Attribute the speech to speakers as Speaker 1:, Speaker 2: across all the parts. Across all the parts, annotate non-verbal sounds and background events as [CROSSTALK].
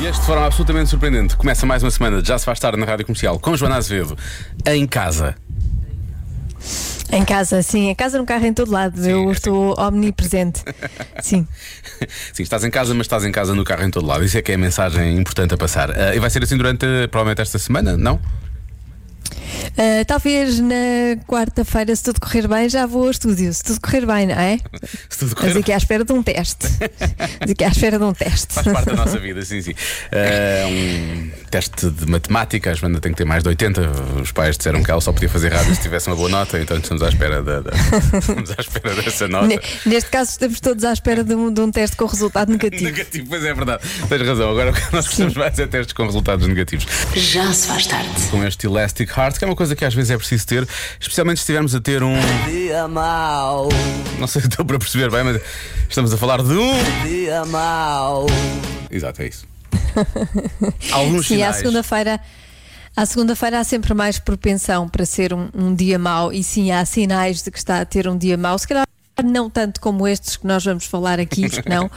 Speaker 1: E este de forma absolutamente surpreendente. Começa mais uma semana de Já se faz tarde na Rádio Comercial com Joana Azevedo, em casa. [LAUGHS]
Speaker 2: Em casa, sim, em casa, no carro, em todo lado.
Speaker 1: é
Speaker 2: eu
Speaker 1: assim.
Speaker 2: estou
Speaker 1: [LAUGHS]
Speaker 2: omnipresente. Sim.
Speaker 1: Sim, estás em casa, mas estás em casa no carro em todo lado. Isso é que é a mensagem importante a passar. Ah, e vai ser assim durante eh, provavelmente esta semana, não?
Speaker 2: Ah, talvez na quarta-feira, se tudo correr bem, já vou ao estúdio. Se tudo correr bem, não é?
Speaker 1: Se tudo correr
Speaker 2: Mas aqui à espera de um
Speaker 1: [LAUGHS]
Speaker 2: teste. Mas aqui à espera de um teste.
Speaker 1: Faz parte da nossa vida, sim, sim. É um teste de matemática, a Joana tem que ter mais de 80. Os pais disseram que ela só podia fazer rádio se tivesse uma boa nota, então estamos à espera, da, da- estamos à espera dessa nota.
Speaker 2: Ne- Neste caso, estamos todos à espera de um, de um teste com resultado negativo.
Speaker 1: Negativo, pois é verdade. Tens razão. Agora [LAUGHS] o que nós precisamos mais é testes com resultados negativos.
Speaker 3: Já se faz tarde.
Speaker 1: Com este Elastic Heart, que é uma coisa que às vezes é preciso ter, especialmente se estivermos a ter um.
Speaker 4: Dia mal,
Speaker 1: Não sei se estou para perceber bem, mas estamos a falar de um.
Speaker 4: dia mal.
Speaker 1: Exato, é
Speaker 2: [LAUGHS]
Speaker 1: isso. Alguns
Speaker 2: Sim, à
Speaker 1: sinais.
Speaker 2: segunda-feira. À segunda-feira há sempre mais propensão para ser um, um dia mau, e sim, há sinais de que está a ter um dia mau. Se calhar não tanto como estes que nós vamos falar aqui, porque não,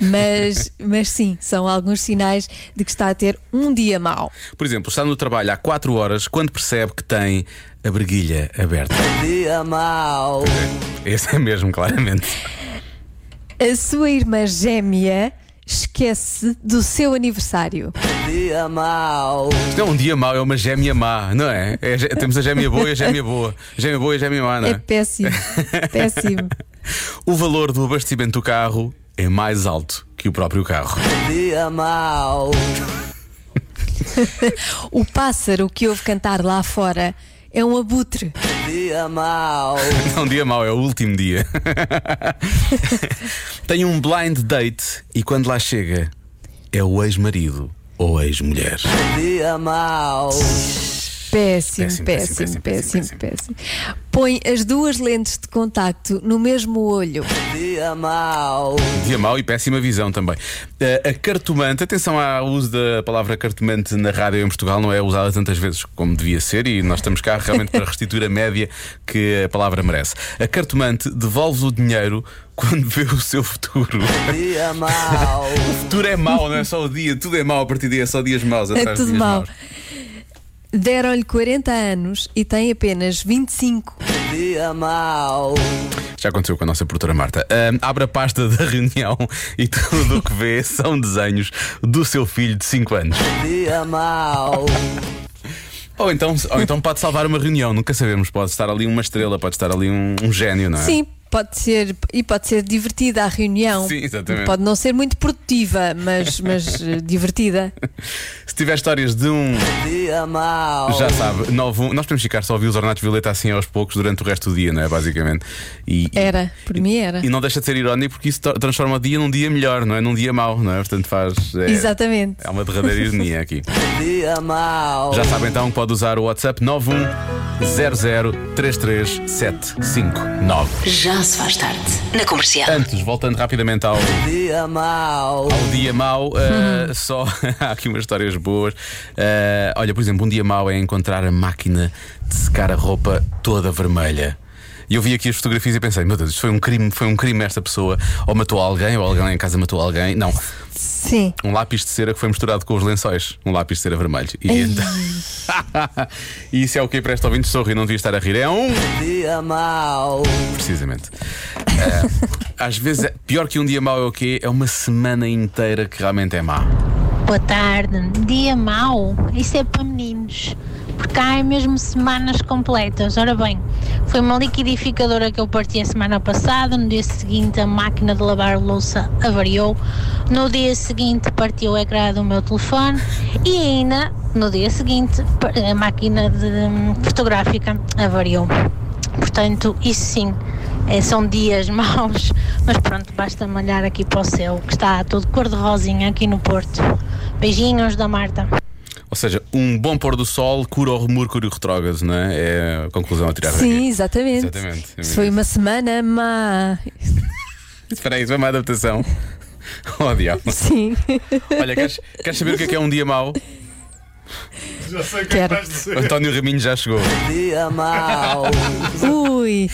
Speaker 2: mas, mas sim, são alguns sinais de que está a ter um dia mau.
Speaker 1: Por exemplo, está no trabalho há 4 horas quando percebe que tem a briguilha aberta.
Speaker 4: Dia mal,
Speaker 1: Esse é mesmo, claramente.
Speaker 2: A sua irmã gêmea esquece do seu aniversário.
Speaker 4: dia mal,
Speaker 1: Isto é um dia mau, é uma gêmea má, não é? É gé- temos a gêmea boa e a gêmea boa. Gêmea boa e a gêmea má, não
Speaker 2: É
Speaker 1: é?
Speaker 2: péssimo, péssimo.
Speaker 1: O valor do abastecimento do carro é mais alto que o próprio carro.
Speaker 4: dia mal,
Speaker 2: O pássaro que ouve cantar lá fora é um abutre.
Speaker 4: dia mal,
Speaker 1: Não é um dia mau, é o último dia. [LAUGHS] tem um blind date e quando lá chega é o ex-marido ou ex-mulher.
Speaker 4: dia mal,
Speaker 2: Péssimo
Speaker 1: Péssimo,
Speaker 2: péssimo
Speaker 1: péssimo,
Speaker 2: péssimo,
Speaker 1: péssimo,
Speaker 2: péssimo,
Speaker 1: péssimo,
Speaker 2: Põe as duas lentes de contacto no mesmo
Speaker 1: [LAUGHS]
Speaker 2: olho.
Speaker 4: dia mal,
Speaker 1: Dia mau e péssima visão também. Eh, A cartomante, atenção ao uso da palavra cartomante na rádio em Portugal, não é usada tantas vezes como devia ser e nós estamos cá realmente
Speaker 2: [LAUGHS]
Speaker 1: para restituir a média que a palavra merece. A cartomante devolve o dinheiro quando vê o seu futuro.
Speaker 4: dia mal,
Speaker 1: Futuro é mau, não é só o dia, tudo é mau a partir daí, é só dias maus.
Speaker 2: [LAUGHS] É
Speaker 1: atrás de
Speaker 2: tudo
Speaker 1: dias
Speaker 2: mau.
Speaker 1: maus.
Speaker 2: Deram-lhe 40 anos e tem apenas 25.
Speaker 4: dia mal,
Speaker 1: Já aconteceu com a nossa produtora Marta. Ahm, abre a pasta da [LAUGHS] reunião e tudo o que vê são desenhos do seu filho de 5 anos.
Speaker 4: dia mal,
Speaker 1: Ou então, ou então pode salvar uma reunião, nunca sabemos. Pode estar ali uma estrela, pode estar ali um, um gênio, não é?
Speaker 2: Sim, pode ser e pode ser divertida a reunião.
Speaker 1: Sim, exatamente.
Speaker 2: Pode não ser muito produtiva, mas,
Speaker 1: [LAUGHS]
Speaker 2: mas eh, divertida.
Speaker 1: Se tiver histórias de um,
Speaker 4: dia mal,
Speaker 1: já sabe, 91. Nós podemos ficar só a ouvir os Ornatos Violeta assim aos poucos durante o resto do dia, não é? Basicamente. E, e-
Speaker 2: Era, por mim era.
Speaker 1: E não deixa de ser irónico porque isso to- transforma o dia num dia melhor, não é? Num dia mau, não é? Portanto, faz. É,
Speaker 2: Exatamente.
Speaker 1: É uma derradeira ironia aqui.
Speaker 4: dia mal,
Speaker 1: Já sabe então que pode usar o WhatsApp 910033759.
Speaker 3: Já se faz tarde. Na comercial.
Speaker 1: Antes, voltando rapidamente ao, ao
Speaker 4: dia mal,
Speaker 1: Um dia mau, eh, só [LAUGHS] há aqui umas histórias boas. Eh, olha, por exemplo, um dia mau é encontrar a máquina de secar a roupa toda vermelha. E eu vi aqui as fotografias e pensei, meu Deus, isto foi um crime, foi um crime esta pessoa, ou matou alguém, ou alguém em casa matou alguém. Não,
Speaker 2: Sim.
Speaker 1: um lápis de cera que foi misturado com os lençóis. Um lápis de cera vermelho. E então- [LAUGHS] E isso é o que para este ouvinte sorri, não devia estar a rir. É um.
Speaker 4: dia mal,
Speaker 1: Precisamente. Ah, às vezes, é- pior que um dia mau é o quê? É uma semana inteira que realmente é má.
Speaker 5: Boa tarde. Dia mau, isso é para meninos, porque há mesmo semanas completas. Ora bem, foi uma liquidificadora que eu parti a semana passada, no dia seguinte a máquina de lavar louça avariou, no dia seguinte partiu o ecrã do meu telefone e ainda no dia seguinte par- a máquina de, hum, fotográfica avariou. Portanto, isso sim, eh, são dias [LAUGHS] maus, mas pronto, basta malhar aqui para o céu, que está todo cor-de-rosinha aqui no Porto. Beijinhos da Marta.
Speaker 1: Ou seja, um bom pôr do sol cura o Mercúrio retrógrado, não é? É a conclusão a tirar
Speaker 2: Sim,
Speaker 1: daqui.
Speaker 2: exatamente.
Speaker 1: Exatamente.
Speaker 2: Isso foi uma semana má.
Speaker 1: Espera aí, isso é uma adaptação. [LAUGHS] Oh, diabo.
Speaker 2: Sim,
Speaker 1: [LAUGHS] Olha, queres, queres saber o que é, que é um dia mau?
Speaker 6: Já sei o que é que
Speaker 2: quero.
Speaker 6: vais dizer.
Speaker 1: O António Raminho já chegou.
Speaker 4: dia mau,
Speaker 2: Ui,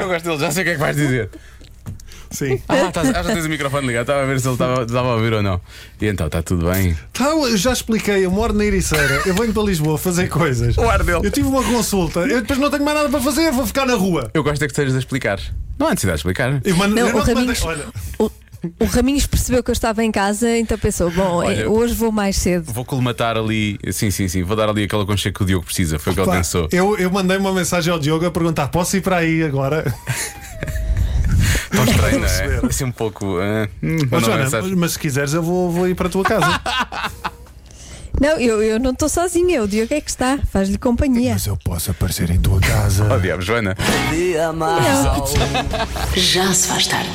Speaker 1: Eu gosto dele, já sei o que é que vais dizer.
Speaker 6: Sim.
Speaker 1: Ah, estás- ah, já tens o microfone ligado, estava a ver se ele estava, estava a ouvir ou não. E então, está tudo bem?
Speaker 6: Então, eu já expliquei, eu moro na Ericeira, eu venho para Lisboa fazer coisas.
Speaker 1: O ar dele.
Speaker 6: Eu tive uma consulta, eu depois não tenho mais nada para fazer, vou ficar na rua.
Speaker 1: Eu gosto é que estejas a explicar. Não há necessidade de explicar.
Speaker 6: Eu mando-
Speaker 2: Não,
Speaker 6: eu
Speaker 2: o
Speaker 6: te
Speaker 2: Raminhos-
Speaker 6: mandei- olha,
Speaker 2: o, o Raminhos percebeu que eu estava em casa, então pensou: bom,
Speaker 1: Olha,
Speaker 2: eh, hoje vou mais cedo.
Speaker 1: Vou colmatar ali. Sim, sim, sim. Vou dar ali aquela conchego que o Diogo precisa. Foi o que ele
Speaker 6: pá,
Speaker 1: pensou.
Speaker 6: eu, eu mandei uma mensagem ao Diogo a perguntar: posso ir para aí agora?
Speaker 1: Tão estranho, não é?
Speaker 6: perceber.
Speaker 1: Assim um pouco. ah, hum,
Speaker 6: Mas,
Speaker 1: mandou uma
Speaker 6: Joana,
Speaker 1: mensagem.
Speaker 6: mas se quiseres, eu vou, vou ir para a tua casa.
Speaker 2: Ah, Não, eu, eu não estou sozinha, o Diogo é que está, faz-lhe companhia.
Speaker 6: eu posso aparecer em tua
Speaker 1: Oh,
Speaker 6: casa.
Speaker 1: diabo, Joana.
Speaker 4: dia mau,
Speaker 3: Já se faz tarde.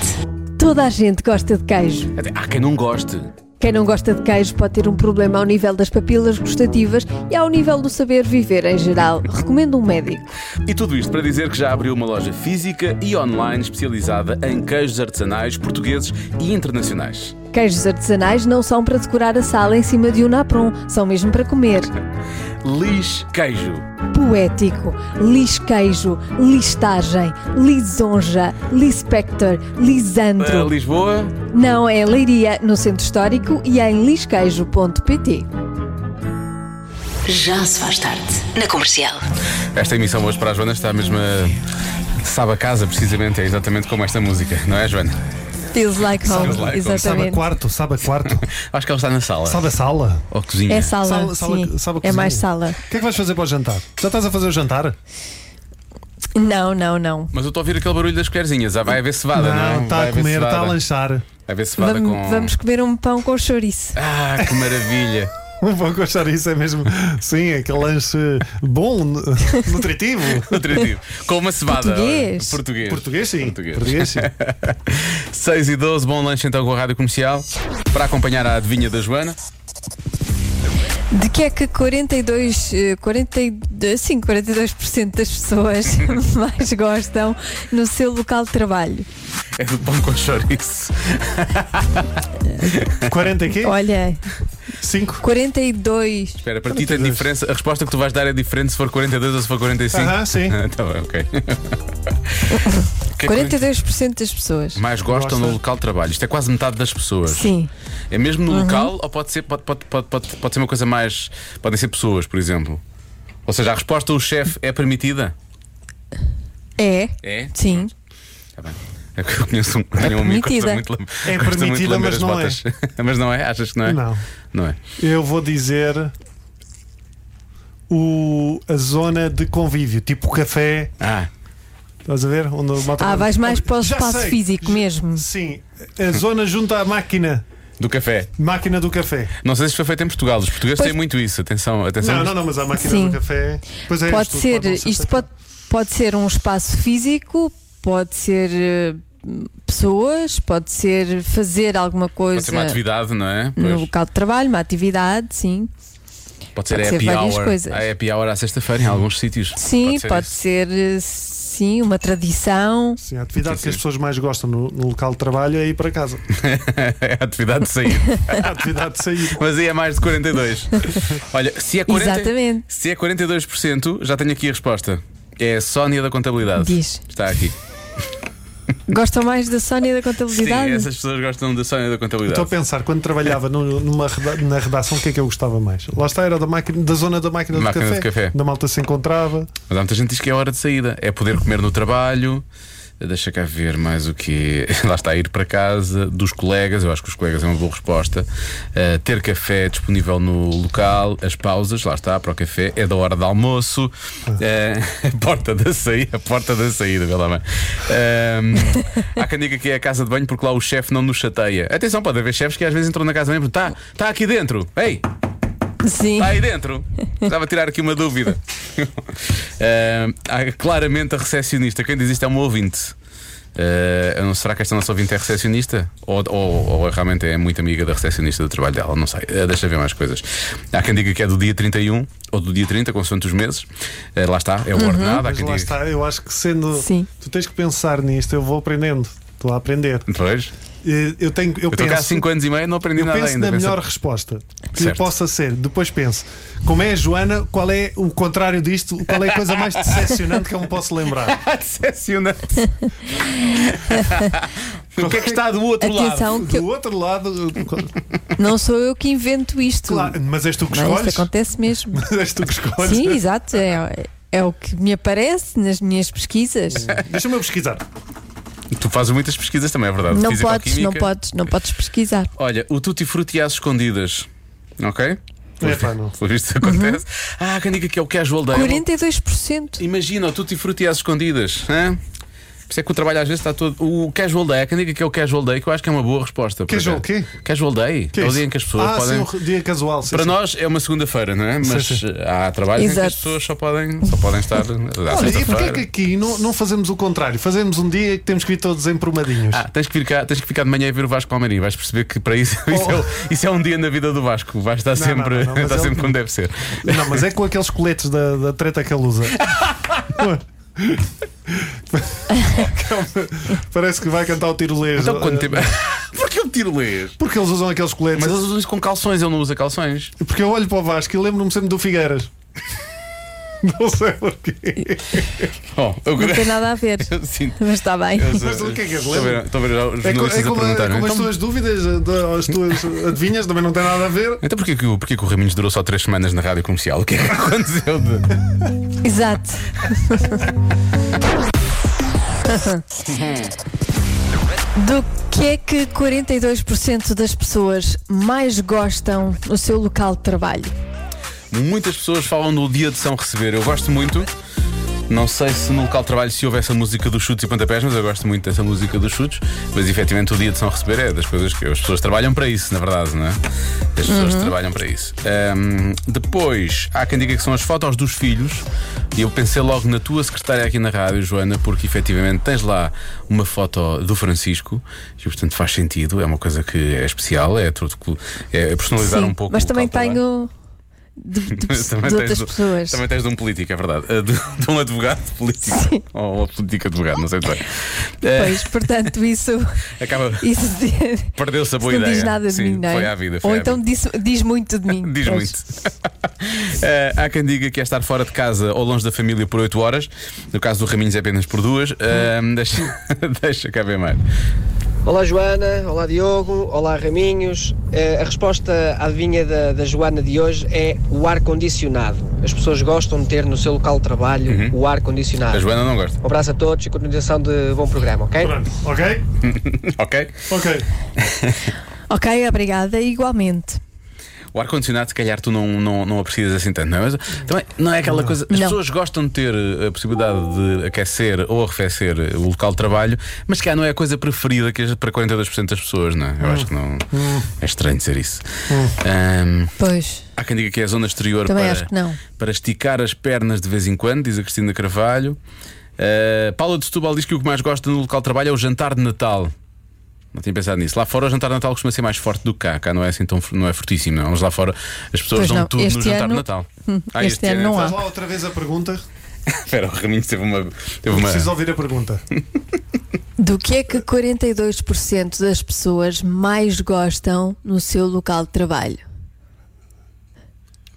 Speaker 2: Toda a gente gosta de queijo.
Speaker 1: Até- há quem não goste.
Speaker 2: Quem não gosta de queijo pode ter um problema ao nível das papilas gustativas e ao nível do saber viver em geral. Recomendo um médico.
Speaker 1: E tudo isto para dizer que já abriu uma loja física e online especializada em queijos artesanais portugueses e internacionais.
Speaker 2: Queijos artesanais não são para decorar a sala em cima de um napron, são mesmo para comer.
Speaker 1: Lis Queijo.
Speaker 2: Poético, lisqueijo, listagem, lisonja, lispector,
Speaker 1: Para
Speaker 2: lisandro.
Speaker 1: Lisboa,
Speaker 2: Não é Leiria, no Centro Histórico e é em lisqueijo.pt.
Speaker 3: Já se faz tarde. Na comercial.
Speaker 1: Esta emissão hoje para a Joana está mesmo a. Sabe a casa, precisamente, é exatamente como esta música, não é, Joana?
Speaker 2: Feels like home,
Speaker 1: Feels like home.
Speaker 6: Sabe a
Speaker 2: exatamente.
Speaker 6: quarto, sabe a quarto,
Speaker 1: Acho que ela está na sala.
Speaker 6: sabe a sala.
Speaker 1: Ou cozinha.
Speaker 2: É sala,
Speaker 6: Sala- sala-
Speaker 2: sim.
Speaker 6: sala
Speaker 2: é
Speaker 6: cozinha.
Speaker 2: mais sala.
Speaker 6: O que é que vais fazer para o jantar? Já estás a fazer o jantar?
Speaker 2: Não, não, não.
Speaker 1: Mas eu estou a ouvir aquele barulho das colherzinhas. Ah, vai haver cevada, não, é?
Speaker 6: está
Speaker 1: Vai
Speaker 6: tá a
Speaker 1: haver
Speaker 6: comer,
Speaker 1: cevada.
Speaker 6: está a lanchar.
Speaker 1: Vai haver cevada
Speaker 2: Vamo-
Speaker 1: com.
Speaker 2: Vamos comer um pão com chouriço.
Speaker 1: Ah, que maravilha!
Speaker 6: Vou gostar disso, é mesmo. Sim, aquele lanche bom, nu- nutritivo.
Speaker 1: Nutritivo. Com uma cevada.
Speaker 2: Português.
Speaker 1: Olha, Português.
Speaker 6: Português, sim.
Speaker 1: Português.
Speaker 6: sim.
Speaker 1: 6 e 12, bom lanche então com a rádio comercial. Para acompanhar a adivinha da Joana.
Speaker 2: De que é que 42, eh, 42, sim, 42% das pessoas [LAUGHS] mais gostam no seu local de trabalho?
Speaker 1: É do pão com chouriço.
Speaker 6: [LAUGHS] 40 e quê?
Speaker 2: Olha,
Speaker 6: 5.
Speaker 2: 42.
Speaker 1: Espera, para ti tem diferença. A resposta que tu vais dar é diferente se for 42 ou se for 45.
Speaker 6: Aham, sim.
Speaker 1: Ah, tá bem,
Speaker 6: [LAUGHS]
Speaker 1: ok. O que é que
Speaker 2: 42% das pessoas.
Speaker 1: Mais gostam
Speaker 6: Gosta.
Speaker 1: no local de trabalho. Isto é quase metade das pessoas.
Speaker 2: Sim.
Speaker 1: É mesmo no
Speaker 6: Uhum.
Speaker 1: local ou pode ser, pode, pode, pode, pode, pode ser uma coisa mais. Podem ser pessoas, por exemplo. Ou seja, a resposta o chefe é permitida?
Speaker 2: É?
Speaker 1: É?
Speaker 2: Sim.
Speaker 1: Está bem. É que eu conheço um, tenho um amigo que gosta
Speaker 2: permitida.
Speaker 1: muito, lam-
Speaker 6: É
Speaker 1: gosta muito de
Speaker 6: permitida,
Speaker 1: lamber
Speaker 6: mas
Speaker 1: as
Speaker 6: não é.
Speaker 1: botas. [LAUGHS] mas não é? Achas que não é?
Speaker 6: Não.
Speaker 1: Não é?
Speaker 6: Eu vou dizer o, a zona de convívio, tipo café.
Speaker 1: Ah,
Speaker 6: Estás a ver? Onde a malta-
Speaker 2: Ah, vais mais para o
Speaker 6: Já
Speaker 2: espaço
Speaker 6: sei.
Speaker 2: físico mesmo.
Speaker 6: Sim, a zona junto à máquina.
Speaker 1: do café.
Speaker 6: Máquina do café.
Speaker 1: Não sei se isto foi feito em Portugal. Os portugueses
Speaker 2: Pois-
Speaker 1: têm muito isso. Atenção, atenção.
Speaker 6: Não, não, não, mas a máquina
Speaker 2: Sim.
Speaker 6: do café. Pois é,
Speaker 2: Pode
Speaker 6: isto
Speaker 2: ser,
Speaker 6: não
Speaker 2: isto pode, pode ser um espaço físico, pode ser eh, pessoas, pode ser fazer alguma
Speaker 1: Pode
Speaker 2: coisa
Speaker 1: ser uma atividade, não é?
Speaker 2: no
Speaker 1: Pois.
Speaker 2: local de trabalho, uma atividade, sim.
Speaker 1: Pode ser
Speaker 2: pode
Speaker 1: a
Speaker 2: ser
Speaker 1: happy
Speaker 2: várias
Speaker 1: hour.
Speaker 2: coisas. Uhum.
Speaker 1: Há happy hour à sexta-feira em alguns sítios.
Speaker 2: Sim, pode
Speaker 1: isso. [LAUGHS]
Speaker 2: ser, eh, sim, uma tradição.
Speaker 6: Sim, a atividade
Speaker 1: Sim,
Speaker 6: que as
Speaker 1: sim.
Speaker 6: pessoas mais gostam no, no local de trabalho é ir para casa.
Speaker 1: É a atividade de
Speaker 2: [LAUGHS]
Speaker 1: sair.
Speaker 6: [LAUGHS] A atividade de sair.
Speaker 1: Mas aí é mais de 42. Olha, se é, 40,
Speaker 2: Exatamente.
Speaker 1: se é 42%, já tenho aqui a resposta. É a Sónia da Contabilidade.
Speaker 2: Diz.
Speaker 1: Está aqui.
Speaker 2: Gostam mais da Sónia da contabilidade?
Speaker 1: Sim, essas pessoas gostam da Sónia da Contabilidade.
Speaker 6: Estou a pensar, quando trabalhava no- numa, reda- na redação, o que é que eu gostava mais? Lá está, era da, máquina, da zona da máquina,
Speaker 1: Máquina
Speaker 6: do,
Speaker 1: de
Speaker 6: café,
Speaker 1: café.
Speaker 6: Da malta se encontrava.
Speaker 1: Mas há muita gente que diz que é a hora de saída. É poder comer no trabalho. Deixa cá ver mais o que. [LAUGHS] Lá está, ir para casa dos colegas. Eu acho que os colegas é uma boa resposta. Uh, ter café disponível no local. As pausas, lá está, para o café. É da hora de almoço. Uh, [LAUGHS] a porta da saída. A porta da saída, pela mãe. Um, há quem diga que é a casa de banho porque lá o chefe não nos chateia. Atenção, pode haver chefes que às vezes entram na casa de banho e perguntam: tá, tá aqui dentro. Ei,
Speaker 2: Sim.
Speaker 1: Está aí dentro? Estava a tirar aqui uma dúvida. Eh, Ah, há claramente a recepcionista. Quem diz isto é um ouvinte. Eh, eu não- será que esta nossa ouvinte é recepcionista? Ou, ou- ou realmente é muito amiga da recepcionista do trabalho dela? Não sei. Eh, deixa eu ver mais coisas. Há quem diga que é do dia 31 ou do dia 30, consoante os meses. Eh, lá está, é o ordenado. Há
Speaker 6: Mas
Speaker 1: quem
Speaker 6: Uhum. lá
Speaker 1: diga.
Speaker 6: está, eu acho que sendo.
Speaker 2: Sim.
Speaker 6: Tu tens que pensar nisto, eu vou aprendendo. Estou a aprender.
Speaker 1: Pois.
Speaker 6: Eh, Eu tenho. Eu,
Speaker 1: Eu estou cá há
Speaker 6: penso.
Speaker 1: 5 anos e meio e não aprendi
Speaker 6: Eu
Speaker 1: nada
Speaker 6: penso
Speaker 1: ainda.
Speaker 6: na
Speaker 1: Pensa- [LAUGHS]
Speaker 6: melhor resposta que
Speaker 1: Certo.
Speaker 6: possa ser. Depois penso, como é a Joana, qual é o contrário disto? Qual é a coisa mais decepcionante que eu me posso lembrar?
Speaker 1: Decepcionante.
Speaker 6: [LAUGHS]
Speaker 1: o que é que está do outro lado?
Speaker 2: Atenção, Então, que
Speaker 6: Do
Speaker 2: eu-
Speaker 6: outro lado,
Speaker 2: não sou eu que invento isto.
Speaker 6: claro, mas és tu que
Speaker 2: Não,
Speaker 6: escolhes.
Speaker 2: isto acontece mesmo.
Speaker 6: [LAUGHS] Mas és tu que escolhes.
Speaker 2: Sim, exato. É, é o que me aparece nas minhas pesquisas.
Speaker 6: [LAUGHS] Deixa-me eu pesquisar.
Speaker 1: Tu fazes muitas pesquisas também, é verdade.
Speaker 2: Não
Speaker 1: Física ou
Speaker 2: podes, não
Speaker 1: química.
Speaker 2: podes, não podes pesquisar.
Speaker 1: Olha, o Tutti Frutti às escondidas. Ok?
Speaker 6: Epá, É, não.
Speaker 1: Por isto
Speaker 2: Uhum.
Speaker 1: acontece. Ah, quem diga que é o casual day.
Speaker 2: 42%.
Speaker 1: Imagina o Tutti Frutti às escondidas. hã? Por isso é que o trabalho às vezes está todo. O casual day, há quem diga que é o casual day, que eu acho que é uma boa resposta. por
Speaker 6: Casual
Speaker 1: acaso.
Speaker 6: quê?
Speaker 1: Casual day.
Speaker 6: Que
Speaker 1: é o
Speaker 6: isso?
Speaker 1: dia em que as pessoas
Speaker 6: ah,
Speaker 1: podem.
Speaker 6: sim, um dia casual. Sim,
Speaker 1: Para
Speaker 6: sim.
Speaker 1: nós é uma segunda-feira, não é? Mas
Speaker 6: sim.
Speaker 1: eh, há trabalhos em que as
Speaker 2: Exato.
Speaker 1: pessoas só podem, só podem estar. eh, à
Speaker 6: Olha, e porquê é
Speaker 1: sexta-feira.
Speaker 6: que aqui não, não fazemos o contrário? Fazemos um dia que temos que ir todos emprumadinhos.
Speaker 1: Ah, tens que, vir cá, tens que ficar de manhã e ver o Vasco Palmeirim. Vais perceber que para isso, [LAUGHS] isso, é, o- isso é um dia na vida do Vasco. Vai [LAUGHS] estar
Speaker 6: Não,
Speaker 1: sempre,
Speaker 6: não, não, mas
Speaker 1: está
Speaker 6: é um-
Speaker 1: sempre como deve ser.
Speaker 6: Não, mas é com aqueles coletes da, da treta que ele
Speaker 1: [LAUGHS]
Speaker 6: usa. Calma, Parece que vai cantar o tirolês. Eh,
Speaker 1: Então quanto [LAUGHS] tempo. Porquê o tirolês?
Speaker 6: Porque eles usam aqueles coletes.
Speaker 1: Mas eles usam isso com calções, ele não usa calções.
Speaker 6: Porque eu olho para o Vasco e lembro-me sempre do Figueiras. Não sei porquê.
Speaker 1: Oh, eu...
Speaker 2: Não
Speaker 1: [LAUGHS]
Speaker 2: tem nada a ver.
Speaker 1: Sim.
Speaker 2: Mas está bem.
Speaker 6: Mas o que é que é que
Speaker 1: Estou a ver- estou a ver os
Speaker 6: É, co- é
Speaker 1: jornalistas a
Speaker 6: como, é
Speaker 1: perguntar.
Speaker 6: como as
Speaker 1: Então,
Speaker 6: tuas dúvidas, eh, da- as tuas adivinhas também não têm nada a ver.
Speaker 1: então porquê, que, o- porquê que o Raminhos durou só três semanas na rádio comercial? O que [LAUGHS] é que aconteceu? De...
Speaker 2: Exato. Do que é que 42% das pessoas mais gostam no seu local de trabalho?
Speaker 1: Muitas pessoas falam do dia de São Receber. Eu gosto muito. Não sei se no local de trabalho se houve essa música dos chutes e pontapés, mas eu gosto muito dessa música dos chutes. Mas efetivamente o dia de São Receber é das coisas que as pessoas trabalham para isso, na verdade, não é? As
Speaker 2: Uhum.
Speaker 1: pessoas trabalham para isso. Ahm, depois, há quem diga que são as fotos dos filhos. E eu pensei logo na tua secretária aqui na rádio, Joana, porque efetivamente tens lá uma foto do Francisco e, portanto, faz sentido. É uma coisa que é especial, é, tudo, é personalizar
Speaker 2: Sim,
Speaker 1: um pouco
Speaker 2: mas
Speaker 1: o
Speaker 2: também
Speaker 1: local de trabalho.
Speaker 2: tenho de, de-
Speaker 1: [LAUGHS] Também
Speaker 2: de
Speaker 1: tens
Speaker 2: outras
Speaker 1: do-
Speaker 2: pessoas.
Speaker 1: Também tens de um político, é verdade. Uh, De, [LAUGHS] de um advogado político. Ou uma política advogado, não sei muito bem. Uh,
Speaker 2: Pois, [LAUGHS] portanto, isso,
Speaker 1: [LAUGHS] acaba.
Speaker 2: isso, isso
Speaker 1: Perdeu-se a boa
Speaker 2: não
Speaker 1: ideia.
Speaker 2: diz nada de
Speaker 1: Sim,
Speaker 2: mim, não é?
Speaker 1: Foi à vida. Foi
Speaker 2: Ou
Speaker 1: à
Speaker 2: então
Speaker 1: vida.
Speaker 2: diz, diz muito de mim.
Speaker 1: [LAUGHS] Diz
Speaker 2: Pois.
Speaker 1: muito. [LAUGHS] Uh, há quem diga que é estar fora de casa ou longe da família por 8 horas. No caso do Raminhos é apenas por duas. Uh, [LAUGHS]
Speaker 2: Hum.
Speaker 1: deixa, deixa cá ver mais.
Speaker 7: Olá Joana, olá Diogo, olá Raminhos. Eh, A resposta à adivinha da, da Joana de hoje é o ar-condicionado. As pessoas gostam de ter no seu local de trabalho o
Speaker 1: Uhum.
Speaker 2: Ah.
Speaker 1: A
Speaker 7: ar-condicionado.
Speaker 1: Joana não gosta. [LAUGHS]
Speaker 7: Um abraço a todos e continuação de bom programa,
Speaker 1: É-
Speaker 7: ok?
Speaker 6: Pronto, ok?
Speaker 1: Ok?
Speaker 6: Ok.
Speaker 2: Ok, obrigada, igualmente.
Speaker 1: O ar-condicionado, se calhar, tu não, não, não aprecias assim tanto, não é? Mas também não é aquela coisa. As
Speaker 2: Não.
Speaker 1: pessoas gostam de ter eh, a possibilidade de aquecer ou arrefecer eh, o local de trabalho, mas se calhar não é a coisa preferida que as- para 42% das pessoas, não é? Eu acho que não. É estranho dizer isso. Ahm,
Speaker 2: Pois,
Speaker 1: há quem diga que é a zona exterior
Speaker 2: Também
Speaker 1: para,
Speaker 2: acho que não.
Speaker 1: para esticar as pernas de vez em quando, diz a Cristina Carvalho. Eh, Paula de Setúbal diz que o que mais gosta no local de trabalho é o jantar de Natal. Não tinha pensado nisso. Lá fora o jantar de Natal costuma ser mais forte do que cá. Cá não é assim tão não é fortíssimo, não. Mas lá fora as pessoas
Speaker 2: Pois
Speaker 1: dão
Speaker 2: não.
Speaker 1: tudo no
Speaker 2: Este
Speaker 1: jantar de
Speaker 2: ano-
Speaker 1: Natal.
Speaker 2: [LAUGHS]
Speaker 1: Ah,
Speaker 2: este ano não
Speaker 6: Faz
Speaker 2: há.
Speaker 6: lá outra vez a pergunta.
Speaker 1: [LAUGHS] Espera, o Raminhos teve uma. Teve uma...
Speaker 6: Preciso ouvir a pergunta.
Speaker 2: do que é que 42% das pessoas mais gostam no seu local de trabalho?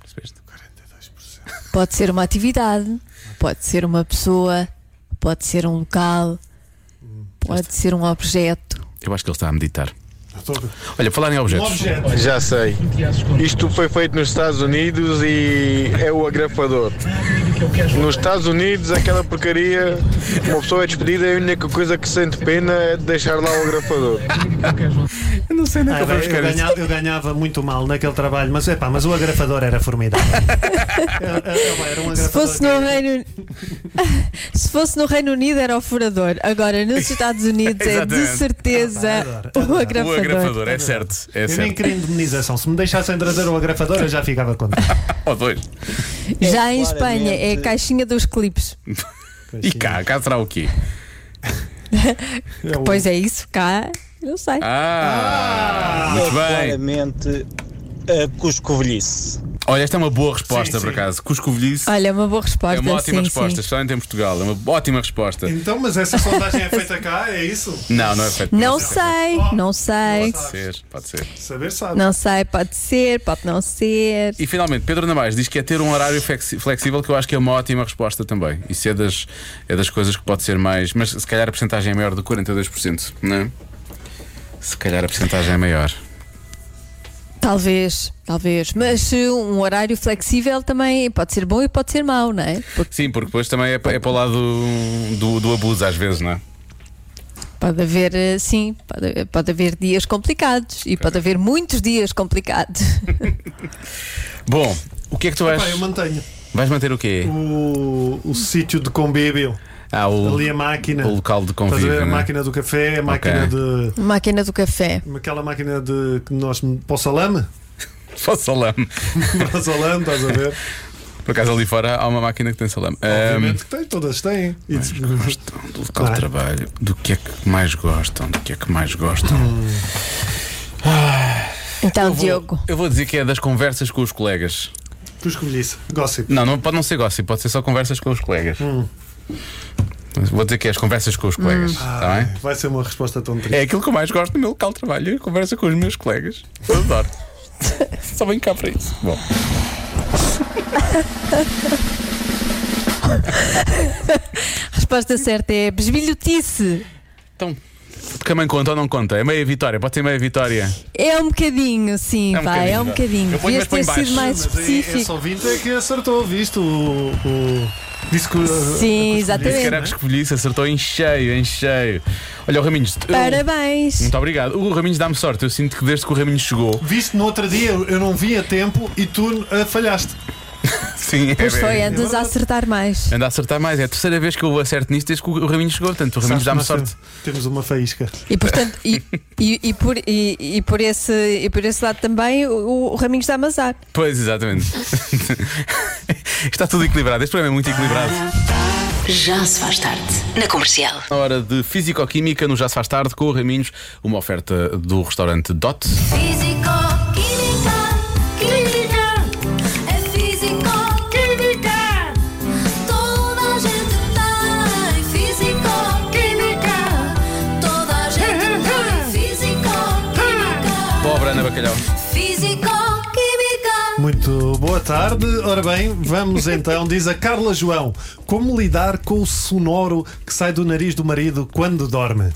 Speaker 1: Percebeste?
Speaker 2: Pode ser uma atividade, pode ser uma pessoa, pode ser um local, pode ser um objeto.
Speaker 1: Eu acho que ele está a meditar.
Speaker 6: Estou-
Speaker 1: Olha, falar em
Speaker 6: Um
Speaker 1: objetos.
Speaker 6: objeto.
Speaker 8: Já sei. Isto foi feito nos Estados Unidos e é o agrafador. Nos Estados Unidos, aquela porcaria, uma pessoa é despedida e a única coisa que sente pena é de deixar lá o agrafador.
Speaker 1: Eu não sei nem
Speaker 6: Ah,
Speaker 1: como
Speaker 6: eu,
Speaker 1: é que eu vou buscar isto.
Speaker 6: ganhava, eu ganhava muito mal naquele trabalho, mas, epá, mas o agrafador era formidável. Era- era- era um
Speaker 2: Se
Speaker 6: agrafador
Speaker 2: fosse no Reino [LAUGHS] Se fosse no Reino Unido era o furador. Agora nos Estados Unidos é de
Speaker 1: Exatamente.
Speaker 2: certeza
Speaker 6: Adoro, adoro.
Speaker 2: o
Speaker 1: O
Speaker 2: agrafador.
Speaker 1: agrafador, é certo. É
Speaker 6: Eu nem
Speaker 1: certo.
Speaker 6: queria indemnização. Se me deixassem trazer o agrafador, eu já ficava contente.
Speaker 1: [LAUGHS] Ou dois.
Speaker 2: Já em
Speaker 8: É
Speaker 2: Espanha é a
Speaker 8: claramente-
Speaker 2: caixinha dos clipes.
Speaker 1: E cá, cá será o quê?
Speaker 6: É o-
Speaker 2: Pois é isso, cá, não sei.
Speaker 1: Ah, muito bem.
Speaker 9: claramente a cuscovelhice.
Speaker 1: Olha, esta é uma boa resposta,
Speaker 6: Sim,
Speaker 1: por
Speaker 6: sim.
Speaker 1: acaso. Cuscovelhice
Speaker 2: Olha, uma boa resposta.
Speaker 1: é uma ótima
Speaker 2: sim,
Speaker 1: resposta,
Speaker 2: sim.
Speaker 1: especialmente em Portugal. É uma ótima resposta.
Speaker 6: Então, mas essa sondagem é feita cá, é isso?
Speaker 1: Não, não é feito.
Speaker 2: Não sei, não sei.
Speaker 1: Pode ser, pode ser.
Speaker 6: Saber sabe.
Speaker 2: Não sei, pode ser, pode não ser.
Speaker 1: E finalmente, Pedro Namais diz que é ter um horário flexi- flexível, que eu acho que é uma ótima resposta também. Isso é das, é das coisas que pode ser mais. Mas se calhar a porcentagem é maior do que 42%, não é? Se calhar a porcentagem é maior.
Speaker 2: Talvez, talvez. Mas se um horário flexível também pode ser bom e pode ser mau, não é? Porque
Speaker 1: Sim, porque depois também é, pa- é para o lado do, do, do abuso, às vezes, não é?
Speaker 2: pode haver, eh, sim, pode, pode haver dias complicados e pode haver muitos dias complicados.
Speaker 1: Bom, o que é que tu vais.
Speaker 6: Pá, eu mantenho
Speaker 1: Vais manter o quê?
Speaker 6: o, o sítio de convívio.
Speaker 1: Ah, o,
Speaker 6: Ali a máquina.
Speaker 1: o local de
Speaker 6: Estás a ver?
Speaker 1: convívio.
Speaker 6: A
Speaker 1: não é?
Speaker 6: máquina do café, a máquina de.
Speaker 2: [LAUGHS] Máquina do café.
Speaker 6: Aquela máquina de que nós. Para o salame?
Speaker 1: [LAUGHS] Só salame.
Speaker 6: Para o salame, estás
Speaker 1: [LAUGHS]
Speaker 6: a ver?
Speaker 1: Por acaso ali fora há uma máquina que tem salame.
Speaker 6: Obviamente que tem, todas têm. E
Speaker 1: Ahm, gostam do local de
Speaker 6: Claro.
Speaker 1: trabalho, do que é que mais gostam, do que é que mais gostam.
Speaker 6: Uhum.
Speaker 2: Então,
Speaker 1: vou-
Speaker 2: Diogo.
Speaker 1: Eu vou dizer que é das conversas com os colegas.
Speaker 6: tu escolhisse. Gossip.
Speaker 1: Não, não pode não ser gossip, pode ser só conversas com os colegas.
Speaker 6: Hum.
Speaker 1: Mas Vou dizer que é as conversas com os colegas,
Speaker 6: Ah.
Speaker 1: está bem?
Speaker 6: Vai ser uma resposta tão triste.
Speaker 1: É aquilo que eu mais gosto no meu local de trabalho, é a conversa com os meus colegas. Eu [LAUGHS] adoro. Só venho cá para isso. Bom.
Speaker 2: A resposta certa é besbilhotice.
Speaker 1: Então, porque a mãe conta ou não conta? É meia vitória, pode ser meia vitória.
Speaker 2: É um bocadinho, sim,
Speaker 1: É um
Speaker 2: vai, é um
Speaker 1: bocadinho.
Speaker 2: bocadinho.
Speaker 1: Eu ponho, mas
Speaker 2: Devias
Speaker 1: põe
Speaker 2: ter
Speaker 1: baixo.
Speaker 2: sido mais
Speaker 6: Mas aí, esse
Speaker 2: específico.
Speaker 6: ouvinte é que acertou, visto o. o- disse que.
Speaker 2: Sim,
Speaker 1: Esse
Speaker 2: exatamente.
Speaker 1: cara que escolhi se acertou em cheio, em cheio. Olha, o Raminhos. eu-
Speaker 2: Parabéns.
Speaker 1: Muito obrigado. O Raminhos dá-me sorte. Eu sinto que desde que o Raminhos chegou.
Speaker 6: uh, Viste no outro dia, eu não vi a tempo e tu ah, falhaste.
Speaker 1: Sim,
Speaker 2: Pois
Speaker 1: é,
Speaker 2: foi, andas a acertar mais.
Speaker 1: Anda a acertar mais. É a terceira vez que eu acerto nisto desde que o Raminhos chegou. Portanto, o Raminhos
Speaker 6: Sabes é que
Speaker 1: dá-me
Speaker 6: nós
Speaker 1: sorte.
Speaker 6: temos- assim. Temos uma faísca.
Speaker 2: E portanto, e, e, e por, e, e por esse, e por esse lado também o, o Raminhos dá amazar.
Speaker 1: Pois, exatamente. [LAUGHS] Está tudo equilibrado. Este programa é muito equilibrado.
Speaker 3: Já se faz tarde. Na comercial.
Speaker 1: Na hora de Físico-Química, no Já Se Faz Tarde, com o Raminhos, uma oferta do restaurante Dot.
Speaker 10: Físico, química, química, é físico, química. Toda a gente tem físico, química. Toda a gente tem físico, química.
Speaker 1: Pobre Ana Bacalhau.
Speaker 10: Físico, química.
Speaker 6: Muito boa tarde. Ora bem, vamos então, diz a Carla João, como lidar com o sonoro que sai do nariz do marido quando dorme?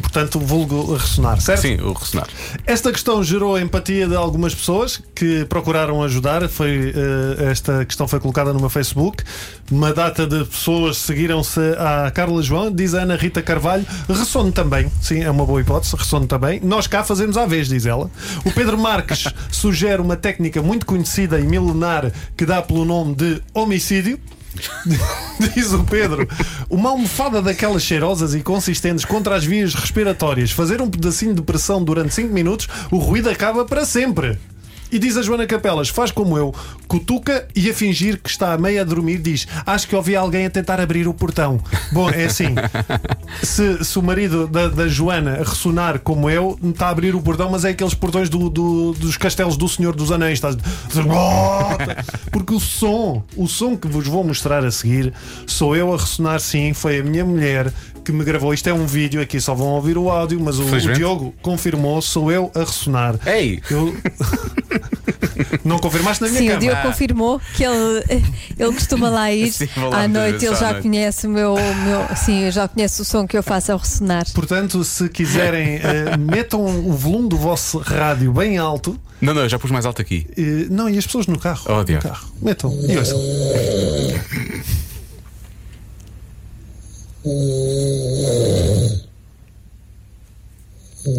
Speaker 6: Portanto, vulgo a ressonar, certo?
Speaker 1: Sim, o ressonar.
Speaker 6: Esta questão gerou a empatia de algumas pessoas que procuraram ajudar. Foi, eh, esta questão foi colocada no meu Facebook. Uma data de pessoas seguiram-se à Carla João, diz a Ana Rita Carvalho. Ressono também, sim, é uma boa hipótese, ressono também. Nós cá fazemos à vez, diz ela. O Pedro Marques [LAUGHS] sugere uma técnica muito conhecida e milenar que dá pelo nome de homicídio. [LAUGHS] Diz o Pedro, uma almofada daquelas cheirosas e consistentes contra as vias respiratórias, fazer um pedacinho de pressão durante 5 minutos, o ruído acaba para sempre. E diz a Joana Capelas, faz como eu, cutuca e a fingir que está a meio a dormir, diz: Acho que ouvi alguém a tentar abrir o portão. Bom, é assim: se, se o marido da, da Joana ressonar como eu, está a abrir o portão, mas é aqueles portões do- do- dos castelos do Senhor dos Anéis. Estás...
Speaker 1: [LAUGHS]
Speaker 6: Porque o som, o som que vos vou mostrar a seguir, sou eu a ressonar sim, foi a minha mulher que me gravou. Isto é um vídeo, aqui só vão ouvir o áudio, mas o, o
Speaker 1: Felizmente.
Speaker 6: Diogo confirmou, sou eu a ressonar.
Speaker 1: Ei! [LAUGHS]
Speaker 6: Eu... Não confirmaste na minha
Speaker 2: Sim, o
Speaker 6: cama.
Speaker 2: Diogo confirmou que ele, [LAUGHS] ele costuma lá ir
Speaker 1: Sim, vou lá
Speaker 2: à
Speaker 1: muitas
Speaker 2: noite,
Speaker 1: vezes
Speaker 2: ele
Speaker 1: à
Speaker 2: já
Speaker 1: noite.
Speaker 2: conhece o meu, o meu. Sim, eu já conheço o som que eu faço ao ressonar.
Speaker 6: Portanto, se quiserem, eh, metam o volume do vosso rádio bem alto.
Speaker 1: Não, não, eu já pus mais alto aqui.
Speaker 6: Eh, não, e as pessoas no carro.
Speaker 1: Oh,
Speaker 6: no
Speaker 1: Diogo.
Speaker 6: carro. Metam. E ouçam.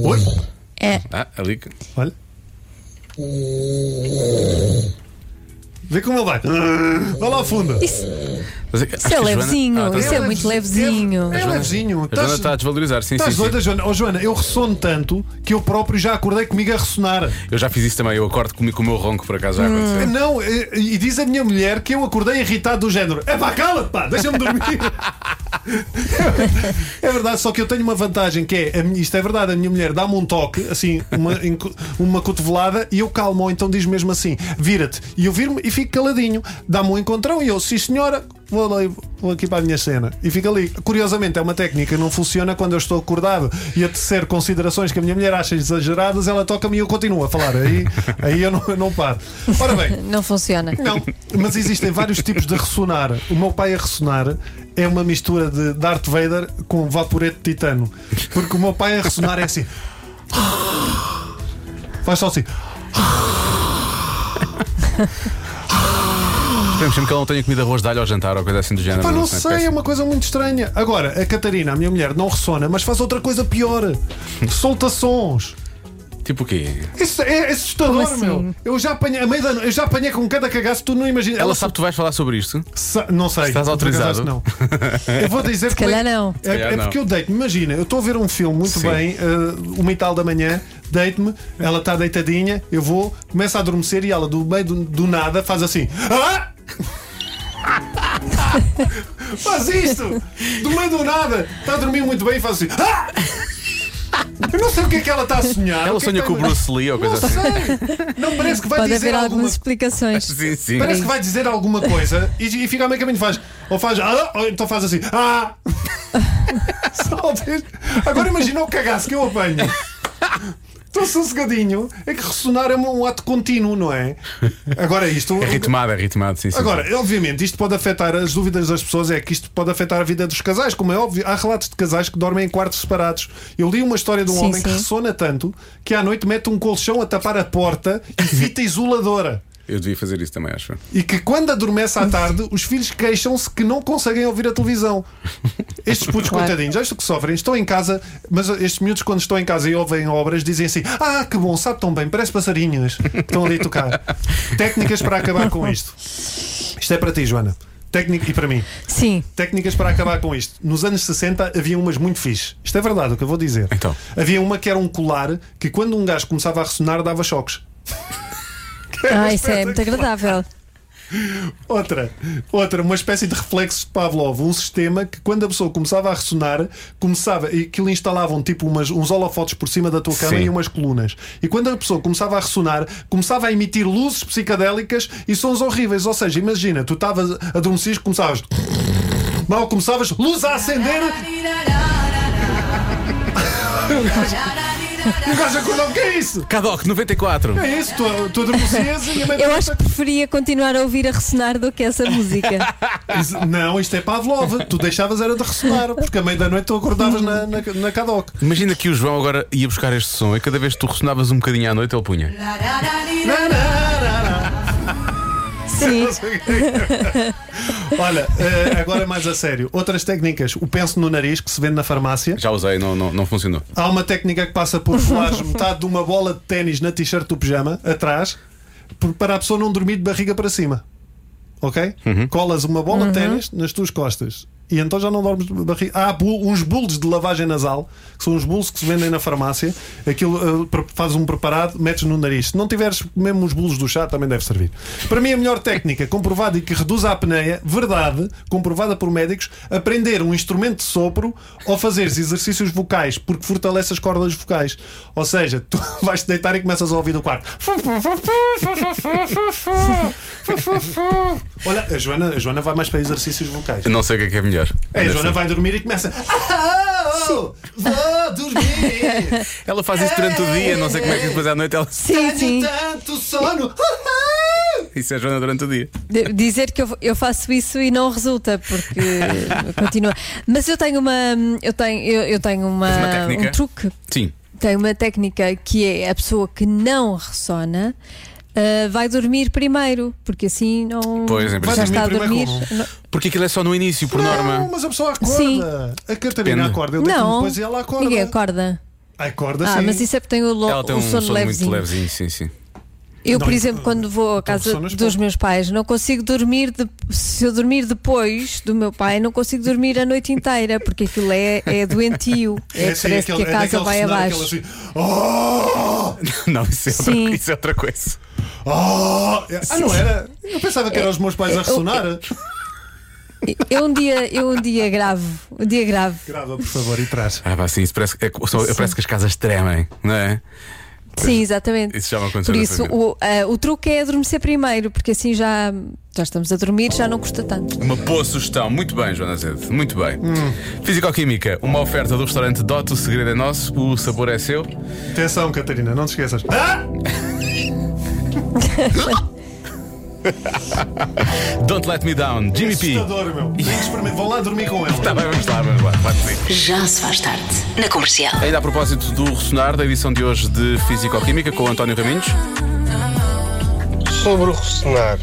Speaker 6: Oi?
Speaker 2: É,
Speaker 1: Ah, ali.
Speaker 6: Olha. Vê como ele vai. Vai lá ao fundo.
Speaker 2: isso,
Speaker 1: Mas é que- acho
Speaker 2: Isso é
Speaker 1: que a Joana-
Speaker 2: levezinho,
Speaker 1: Ah, tá-
Speaker 2: isso é
Speaker 6: leve-
Speaker 2: muito levezinho.
Speaker 6: É, é levezinho.
Speaker 1: A Joana
Speaker 6: Estás-
Speaker 1: está a desvalorizar, sim, sim.
Speaker 6: Estás
Speaker 1: sim.
Speaker 6: doida, Joana? Oh, Joana, eu ressono tanto que eu próprio já acordei comigo a ressonar.
Speaker 1: Eu já fiz isso também, eu acordo comigo com o meu ronco, por acaso já aconteceu.
Speaker 6: Hum. Não, e, e diz a minha mulher que eu acordei irritado do género. É pá, cala-te, pá, deixa-me dormir. [LAUGHS] é verdade, só que eu tenho uma vantagem que é, a minha- isto é verdade, a minha mulher dá-me um toque, assim, uma, enco- uma cotovelada e eu calmo, ou então diz mesmo assim, vira-te. E eu viro-me e fico caladinho. Dá-me um encontrão e eu, sim senhora, vou, ali- vou aqui para a minha cena. E fico ali. Curiosamente, é uma técnica, não funciona quando eu estou acordado e a tecer considerações que a minha mulher acha exageradas, ela toca-me e eu continuo a falar. Aí, aí eu, não, eu não paro. Ora bem.
Speaker 2: Não funciona.
Speaker 6: Não, mas existem vários tipos de ressonar. O meu pai a ressonar é uma mistura de Darth Vader com vaporete de titano. Porque o meu pai a ressonar é assim. Faz só assim.
Speaker 1: Esperemos sempre que ela não tenha comido arroz de alho ao jantar ou coisa assim do género.
Speaker 6: Pá, não
Speaker 1: parece-
Speaker 6: sei, é uma coisa muito estranha. Agora, a Catarina, a minha mulher, não ressona, mas faz outra coisa pior. Solta sons.
Speaker 1: Tipo o quê?
Speaker 6: Isso é, é assustador,
Speaker 2: Como assim?
Speaker 6: meu. Eu já apanhei, a meio da no- eu já apanhei com cada cagaço, tu não imaginas.
Speaker 1: Ela sabe que tu vais falar sobre isto?
Speaker 6: Sa- não sei.
Speaker 1: Estás
Speaker 6: Por
Speaker 1: autorizado?
Speaker 6: acaso Não. Eu vou
Speaker 2: [LAUGHS]
Speaker 6: dizer que.
Speaker 2: calhar não.
Speaker 6: É,
Speaker 1: calhar
Speaker 6: é porque
Speaker 1: não.
Speaker 6: eu deito-me. Imagina, eu estou a ver um filme muito
Speaker 1: Sim.
Speaker 6: bem, eh, uma e tal da manhã, deito-me, ela está deitadinha, eu vou, começo a adormecer e ela, do meio do, do nada, faz assim. Ah! [LAUGHS] faz isto! Do meio do nada! Está a dormir muito bem e faz assim. Ah! Eu não sei o que é que ela está a sonhar.
Speaker 1: Ela
Speaker 6: o que é
Speaker 1: sonha
Speaker 6: que
Speaker 1: com o
Speaker 6: tem-
Speaker 1: Bruce Lee ou coisa
Speaker 6: Não
Speaker 1: assim.
Speaker 6: sei! Não parece que vai
Speaker 2: Pode
Speaker 6: dizer
Speaker 2: haver
Speaker 6: alguma
Speaker 2: algumas explicações.
Speaker 1: Sim, sim.
Speaker 6: Parece que vai dizer alguma coisa e, e fica a meio caminho. Faz, ou faz, ah, ou então faz assim, ah! [LAUGHS] Só vez. Agora imagina o cagaço que eu apanho. Estou sossegadinho. É que ressonar é um ato contínuo, não é? Agora isto.
Speaker 1: É ritmado, é ritmado, sim, sim.
Speaker 6: Agora, obviamente, isto pode afetar as dúvidas das pessoas, é que isto pode afetar a vida dos casais, como é óbvio. Há relatos de casais que dormem em quartos separados. Eu li uma história de um
Speaker 2: Sim,
Speaker 6: homem que
Speaker 2: sim.
Speaker 6: ressona tanto que à noite mete um colchão a tapar a porta
Speaker 1: [LAUGHS]
Speaker 6: e fita isoladora.
Speaker 1: Eu devia fazer isso também, acho.
Speaker 6: E que quando adormece à tarde, os filhos queixam-se que não conseguem ouvir a televisão. Estes putos
Speaker 2: Claro.
Speaker 6: coitadinhos, acho que sofrem, estão em casa, mas estes miúdos, quando estão em casa e ouvem obras, dizem assim: Ah, que bom, sabe tão bem, parece passarinhos que estão ali a tocar. Técnicas para acabar com isto. Isto é para ti, Joana. Técnica, e para mim,
Speaker 2: Sim,
Speaker 6: técnicas para acabar com isto. Nos anos 60 havia umas muito fixe. Isto é verdade o que eu vou dizer.
Speaker 1: Então.
Speaker 6: Havia uma que era um colar que, quando um gajo começava a ressonar, dava choques.
Speaker 2: ah, isso é muito agradável.
Speaker 6: Outra, outra, uma espécie de reflexo de Pavlov, um sistema que quando a pessoa começava a ressonar, começava e que lhe instalavam tipo umas, uns holofotes por cima da tua cama
Speaker 1: Sim.
Speaker 6: e umas colunas. E quando a pessoa começava a ressonar, começava a emitir luzes psicadélicas e sons horríveis. Ou seja, imagina, tu estavas adormecido, começavas. Mal começavas, luz a acender! [LAUGHS] E o gajo acordou, o que é isso?
Speaker 1: Cadoc, 94.
Speaker 6: É isso, tu, tu adormecias e a mãe
Speaker 2: Eu acho que preferia continuar a ouvir a ressonar do que essa música.
Speaker 6: Isso- Não, isto é Pavlov. Tu deixavas era de ressonar, porque à meia-da-noite tu acordavas na, na, na Cadoc.
Speaker 1: Imagina que o João agora ia buscar este som e cada vez que tu ressonavas um bocadinho à noite ele punha.
Speaker 2: Sim,
Speaker 6: Olha, eh, agora mais a sério. Outras técnicas. O penso no nariz, que se vende na farmácia.
Speaker 1: Já usei, não, não, não funcionou.
Speaker 6: Há uma técnica que passa por folares metade de uma bola de ténis na t-shirt do pijama, atrás, por- para a pessoa não dormir de barriga para cima. Ok? Colas uma bola de ténis nas tuas costas. E então já não dormes de barriga. Há bu- uns bulls de lavagem nasal, que são uns bulls que se vendem na farmácia. Aquilo eh, pre- fazes um preparado, metes no nariz. Se não tiveres mesmo os bulls do chá, também deve servir. Para mim, a melhor técnica comprovada e que reduz a apneia, verdade, comprovada por médicos, aprender um instrumento de sopro ou fazeres exercícios vocais, porque fortalece as cordas vocais. Ou seja, tu [LAUGHS] vais-te deitar e começas a ouvir do quarto. Olha, a Joana, a Joana vai mais para exercícios vocais.
Speaker 1: Eu não sei o que é que é melhor.
Speaker 6: É, a Joana
Speaker 1: Anderson.
Speaker 6: vai dormir e começa. "Ah, oh, vou dormir!
Speaker 1: assim. Ela faz isso durante o dia, não sei como é que depois à noite ela. [LAUGHS]
Speaker 2: sim, sim.
Speaker 6: Tenho tanto sono! Ah,
Speaker 1: Isso é a Joana durante o dia.
Speaker 2: De- Dizer que eu, eu faço isso e não resulta, porque continua. Mas eu tenho uma. Eu tenho, eu, eu tenho uma,
Speaker 1: Tens uma técnica?
Speaker 2: um truque.
Speaker 1: Sim.
Speaker 2: Tenho uma técnica que é a pessoa que não ressona. ah, vai dormir primeiro, porque assim não
Speaker 1: Pois, em
Speaker 2: já
Speaker 1: princípio. é
Speaker 2: está a
Speaker 6: Dormir
Speaker 2: dormir.
Speaker 6: primeiro
Speaker 1: Porque aquilo é só no início, por
Speaker 6: Não,
Speaker 1: norma.
Speaker 6: mas a pessoa acorda.
Speaker 2: Sim.
Speaker 6: A Catarina
Speaker 1: Depende.
Speaker 6: acorda, eu deito
Speaker 2: Não,
Speaker 6: depois e ela acorda.
Speaker 2: ninguém acorda.
Speaker 6: Acorda
Speaker 2: Ah,
Speaker 6: sim.
Speaker 2: mas isso é porque tem o, lo-
Speaker 1: Ela tem
Speaker 2: o
Speaker 1: um
Speaker 2: sono
Speaker 1: sono muito
Speaker 2: levezinho.
Speaker 1: levezinho, sim, sim.
Speaker 2: Eu,
Speaker 6: Não, Então,
Speaker 2: por exemplo, quando vou à casa
Speaker 6: só nas
Speaker 2: dos
Speaker 6: poucas.
Speaker 2: meus pais, não consigo dormir. de- se eu dormir depois do meu pai, não consigo dormir a noite inteira, porque aquilo é, é doentio. É,
Speaker 6: assim,
Speaker 2: parece
Speaker 6: aquele-
Speaker 2: que a
Speaker 6: é
Speaker 2: casa
Speaker 6: daquele
Speaker 2: vai
Speaker 6: cenário,
Speaker 2: abaixo.
Speaker 6: aquele assim,
Speaker 1: [LAUGHS]
Speaker 6: "Oh!
Speaker 1: Não, isso é, outra,
Speaker 2: Sim.
Speaker 1: isso é outra coisa.
Speaker 6: Oh! Ah, não era? Eu pensava que era os meus pais a ressonar.
Speaker 2: Eu um dia, eu um dia grave, um dia grave.
Speaker 6: Grava, por favor, e traz.
Speaker 1: Ah, pá, sim, isso parece, é, co- só-
Speaker 2: Sim.
Speaker 1: parece que as casas tremem, não é?
Speaker 2: Sim, exatamente.
Speaker 1: Isso já me aconteceu
Speaker 2: Por
Speaker 1: na
Speaker 2: isso,
Speaker 1: família.
Speaker 2: o, ah, o truque é adormecer primeiro, porque assim já, já estamos a dormir, já não custa tanto.
Speaker 1: Uma boa sugestão. Muito bem, Joana Azevedo. Muito bem.
Speaker 2: Hum.
Speaker 1: Fisicoquímica, uma oferta do restaurante Dot, o segredo é nosso, o sabor é seu.
Speaker 6: Atenção, Catarina, não te esqueças. Ah!
Speaker 1: Don't Let Me Down, Jimmy P.
Speaker 6: Assustador, meu. Tem que experimentar. Vão lá dormir com ela.
Speaker 1: Tá bem, vamos lá, vamos lá. Vai por aí.
Speaker 3: Já se faz tarde. Na comercial.
Speaker 1: Ainda a propósito do ressonar da edição de hoje de Fisicoquímica com o António Raminhos.
Speaker 11: Sobre o ressonar,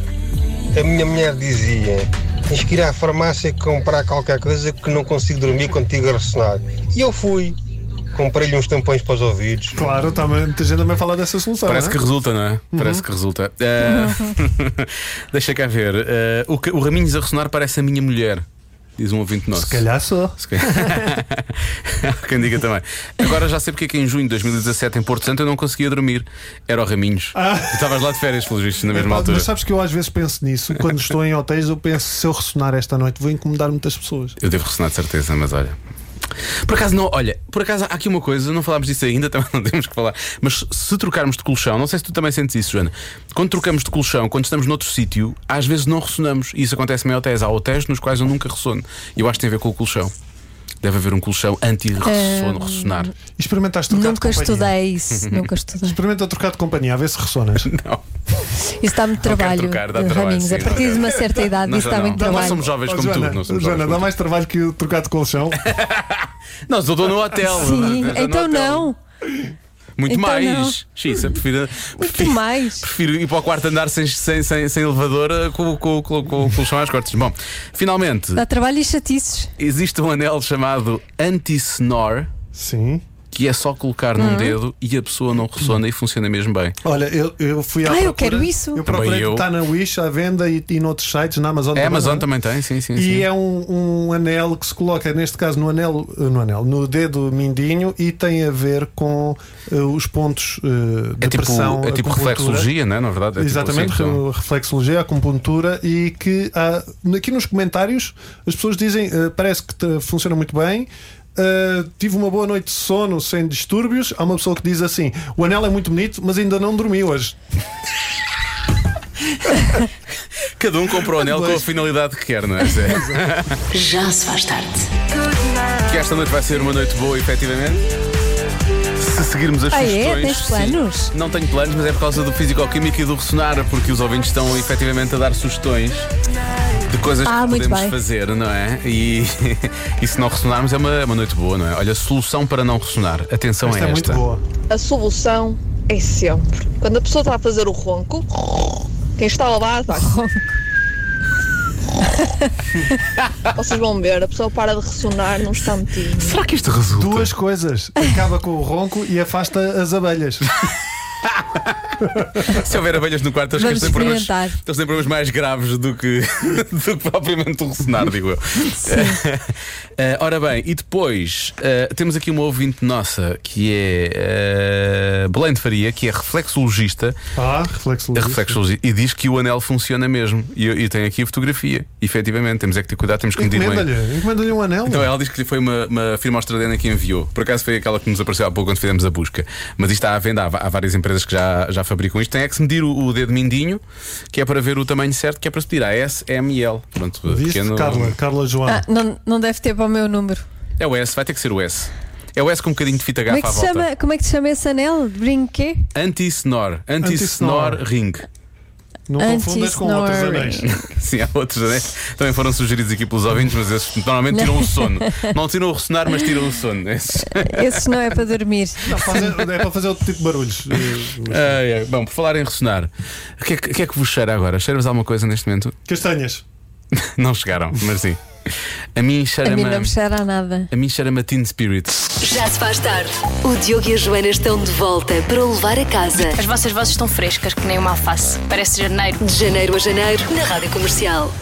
Speaker 11: a minha mulher dizia: tens que ir à farmácia comprar qualquer coisa que não consigo dormir contigo a ressonar. E eu fui. Comprei-lhe uns tampões para os ouvidos.
Speaker 6: Claro, tá, muita gente também fala dessa solução.
Speaker 1: Parece
Speaker 6: não
Speaker 1: que
Speaker 6: é?
Speaker 1: resulta, não é? Parece que resulta. Eh, [LAUGHS] Deixa cá ver. Eh, o, que- o Raminhos a ressonar parece a minha mulher, diz um ouvinte nosso.
Speaker 6: Se calhar só.
Speaker 1: Se calhar. [LAUGHS] Há Quem diga também. Agora já sei porque é que em junho de 2017, em Porto Santo, eu não conseguia dormir. Era o Raminhos. Tu Estavas lá de férias, pelos vistos, na mesma
Speaker 6: Ah. Mas
Speaker 1: altura.
Speaker 6: sabes que eu às vezes penso nisso. Quando estou em hotéis, eu penso: se eu ressonar esta noite, vou incomodar muitas pessoas.
Speaker 1: Eu devo ressonar de certeza, mas olha. Por acaso não, olha, por acaso há aqui uma coisa, não falámos disso ainda, [LAUGHS] também não temos que falar, mas se trocarmos de colchão, não sei se tu também sentes isso, Joana. Quando trocamos de colchão, quando estamos noutro sítio, às vezes não ressonamos, e isso acontece em hotéis. Há hotéis nos quais eu nunca ressono, e eu acho que tem a ver com o colchão. Deve haver um colchão anti-ressono,
Speaker 2: Hum.
Speaker 1: ressonar.
Speaker 6: E experimentaste trocar
Speaker 2: nunca
Speaker 6: de companhia.
Speaker 2: estudei
Speaker 1: [LAUGHS]
Speaker 2: isso, nunca estudei.
Speaker 6: Experimenta trocar de companhia, a ver se ressonas.
Speaker 1: Não.
Speaker 2: Isso dá-me trabalho, eh,
Speaker 1: trocar, dá trabalho,
Speaker 2: Raminhos.
Speaker 1: sim,
Speaker 2: A partir de uma certa idade,
Speaker 1: Nós
Speaker 2: isso
Speaker 1: já
Speaker 2: dá muito
Speaker 1: não. Nós
Speaker 2: trabalho.
Speaker 1: somos jovens
Speaker 6: Oh,
Speaker 1: como
Speaker 6: Joana,
Speaker 1: tu. Nós somos
Speaker 6: Joana,
Speaker 1: jovens
Speaker 6: dá
Speaker 1: como
Speaker 6: mais trabalho que o trocar de
Speaker 2: [LAUGHS]
Speaker 6: colchão.
Speaker 1: tu. Nós eu estou no hotel. [LAUGHS]
Speaker 2: Sim,
Speaker 1: eu estou no
Speaker 2: então
Speaker 1: hotel.
Speaker 2: não.
Speaker 1: Muito
Speaker 2: Então não.
Speaker 1: mais. Xisa, prefiro, prefiro-
Speaker 2: mais.
Speaker 1: Prefiro ir para o quarto andar sem, sem, sem, sem elevador eh, com, com, com, com o colchão às cortes. Bom, finalmente,
Speaker 2: Dá trabalho e chatices.
Speaker 1: existe um anel chamado anti-snore
Speaker 6: Sim.
Speaker 1: que é só colocar
Speaker 6: Uhum.
Speaker 1: num dedo e a pessoa não ressona e funciona mesmo bem.
Speaker 6: Olha, eu, eu fui à
Speaker 2: Ah, eu
Speaker 6: procura-
Speaker 2: quero isso.
Speaker 6: Eu
Speaker 1: Também
Speaker 6: procurei
Speaker 1: eu.
Speaker 6: está na Wish à venda e, e noutros sites, na Amazon
Speaker 1: É,
Speaker 6: também.
Speaker 1: Amazon
Speaker 6: não é?
Speaker 1: também tem, sim, sim. sim.
Speaker 6: E é um, um anel que se coloca, neste caso, no anel, no anel, no dedo mindinho e tem a ver com eh, os pontos eh, de
Speaker 1: É tipo,
Speaker 6: pressão.
Speaker 1: é tipo
Speaker 6: acupuntura.
Speaker 1: reflexologia, não é? Na verdade, é tipo
Speaker 6: Exatamente,
Speaker 1: assim, então-
Speaker 6: re- reflexologia, acupuntura e que há, aqui nos comentários as pessoas dizem eh, parece que te- funciona muito bem. eh, tive uma boa noite de sono sem distúrbios. Há uma pessoa que diz assim: o anel é muito bonito, mas ainda não dormi hoje.
Speaker 1: Cada um comprou o anel com a finalidade que quer, não
Speaker 6: [LAUGHS]
Speaker 1: é? Zé?
Speaker 3: Já se faz tarde.
Speaker 1: que esta noite vai ser uma noite boa, efetivamente. Se seguirmos as
Speaker 2: Ah, é?
Speaker 1: sugestões.
Speaker 2: Tens
Speaker 1: sim.
Speaker 2: planos?
Speaker 1: Não tenho planos, mas é por causa do fisicoquímico e do ressonar, porque os ouvintes estão efetivamente a dar sugestões de coisas
Speaker 2: Ah,
Speaker 1: que
Speaker 2: muito
Speaker 1: podemos
Speaker 2: bem.
Speaker 1: fazer, não é? E, [LAUGHS] e se não ressonarmos é uma, é uma noite boa, não é? Olha, solução para não ressonar. Atenção
Speaker 6: Esta
Speaker 1: a
Speaker 6: é
Speaker 1: esta.
Speaker 6: muito boa.
Speaker 12: A solução é sempre. Quando a pessoa está a fazer o ronco, quem está ao lado vai. Vocês vão ver, a pessoa para de ressonar, não está metido.
Speaker 1: Será que isto resulta?
Speaker 6: Duas coisas: acaba com o ronco e afasta as abelhas.
Speaker 1: [LAUGHS] Se houver abelhas no quarto, acho que
Speaker 2: Vamos
Speaker 1: eles têm problemas,
Speaker 2: experimentar.
Speaker 1: eles têm problemas mais graves do que, [LAUGHS] do que propriamente o ressonar, digo eu. [LAUGHS] Eh, ora bem, e depois eh, temos aqui uma ouvinte nossa que é eh, Belém de Faria, que é reflexologista,
Speaker 6: Ah,
Speaker 1: é
Speaker 6: reflexologia.
Speaker 1: reflexologista e diz que o anel funciona mesmo. E, eu- e tem aqui a fotografia. Efetivamente, temos é que ter cuidado, temos que medir bem.
Speaker 6: Encomenda-lhe, encomenda-lhe um anel.
Speaker 1: Então ela diz que lhe foi uma, uma firma australiana que enviou. Por acaso foi aquela que nos apareceu há pouco quando fizemos a busca. Mas isto está à venda, há, va- há várias empresas que já, já fabricam isto. Tem é que se medir o, o dedo mindinho, que é para ver o tamanho certo, que é para se pedir a S, M e L. Pronto,
Speaker 6: Diz-te,
Speaker 1: pequeno-
Speaker 6: Carla, Carla
Speaker 1: Oh.
Speaker 6: Joana.
Speaker 2: Ah, não, não deve ter para o meu número.
Speaker 1: É o S, vai ter que ser o S. É o S com um bocadinho de fita
Speaker 2: Como é
Speaker 1: gafa
Speaker 2: que
Speaker 1: à
Speaker 2: se
Speaker 1: volta.
Speaker 2: chama, como é que se chama esse anel?
Speaker 1: [LAUGHS]
Speaker 2: Brinquê?
Speaker 1: Anti-snore.
Speaker 6: Anti-snore.
Speaker 1: Anti-snore ring. [LAUGHS]
Speaker 6: não confundas com outros
Speaker 2: anti-snoring.
Speaker 6: anéis.
Speaker 1: Sim, há outros, né? Também foram sugeridos aqui pelos ouvintes, mas esses normalmente tiram o sono.
Speaker 2: [LAUGHS]
Speaker 1: Não tiram o ressonar, mas tiram o sono. Esses-
Speaker 2: Esse não é para dormir.
Speaker 6: Não, fazer- é para fazer outro tipo de barulhos.
Speaker 1: [LAUGHS]
Speaker 6: eh,
Speaker 1: Ai, ai. Bom, por falar em ressonar, [LAUGHS] o que, é, que- o que é que vos cheira agora? Cheira-vos alguma coisa neste momento?
Speaker 6: Castanhas.
Speaker 1: Não chegaram, mas sim. A mim cheira
Speaker 2: A mim não me cheira a nada.
Speaker 1: A mim cheira-me a Teen Spirit.
Speaker 3: Já se faz tarde. O Diogo e a Joana estão de volta para o levar a casa.
Speaker 13: As vossas vozes estão frescas, que nem uma alface. Parece janeiro.
Speaker 3: De janeiro a janeiro, na Rádio Comercial.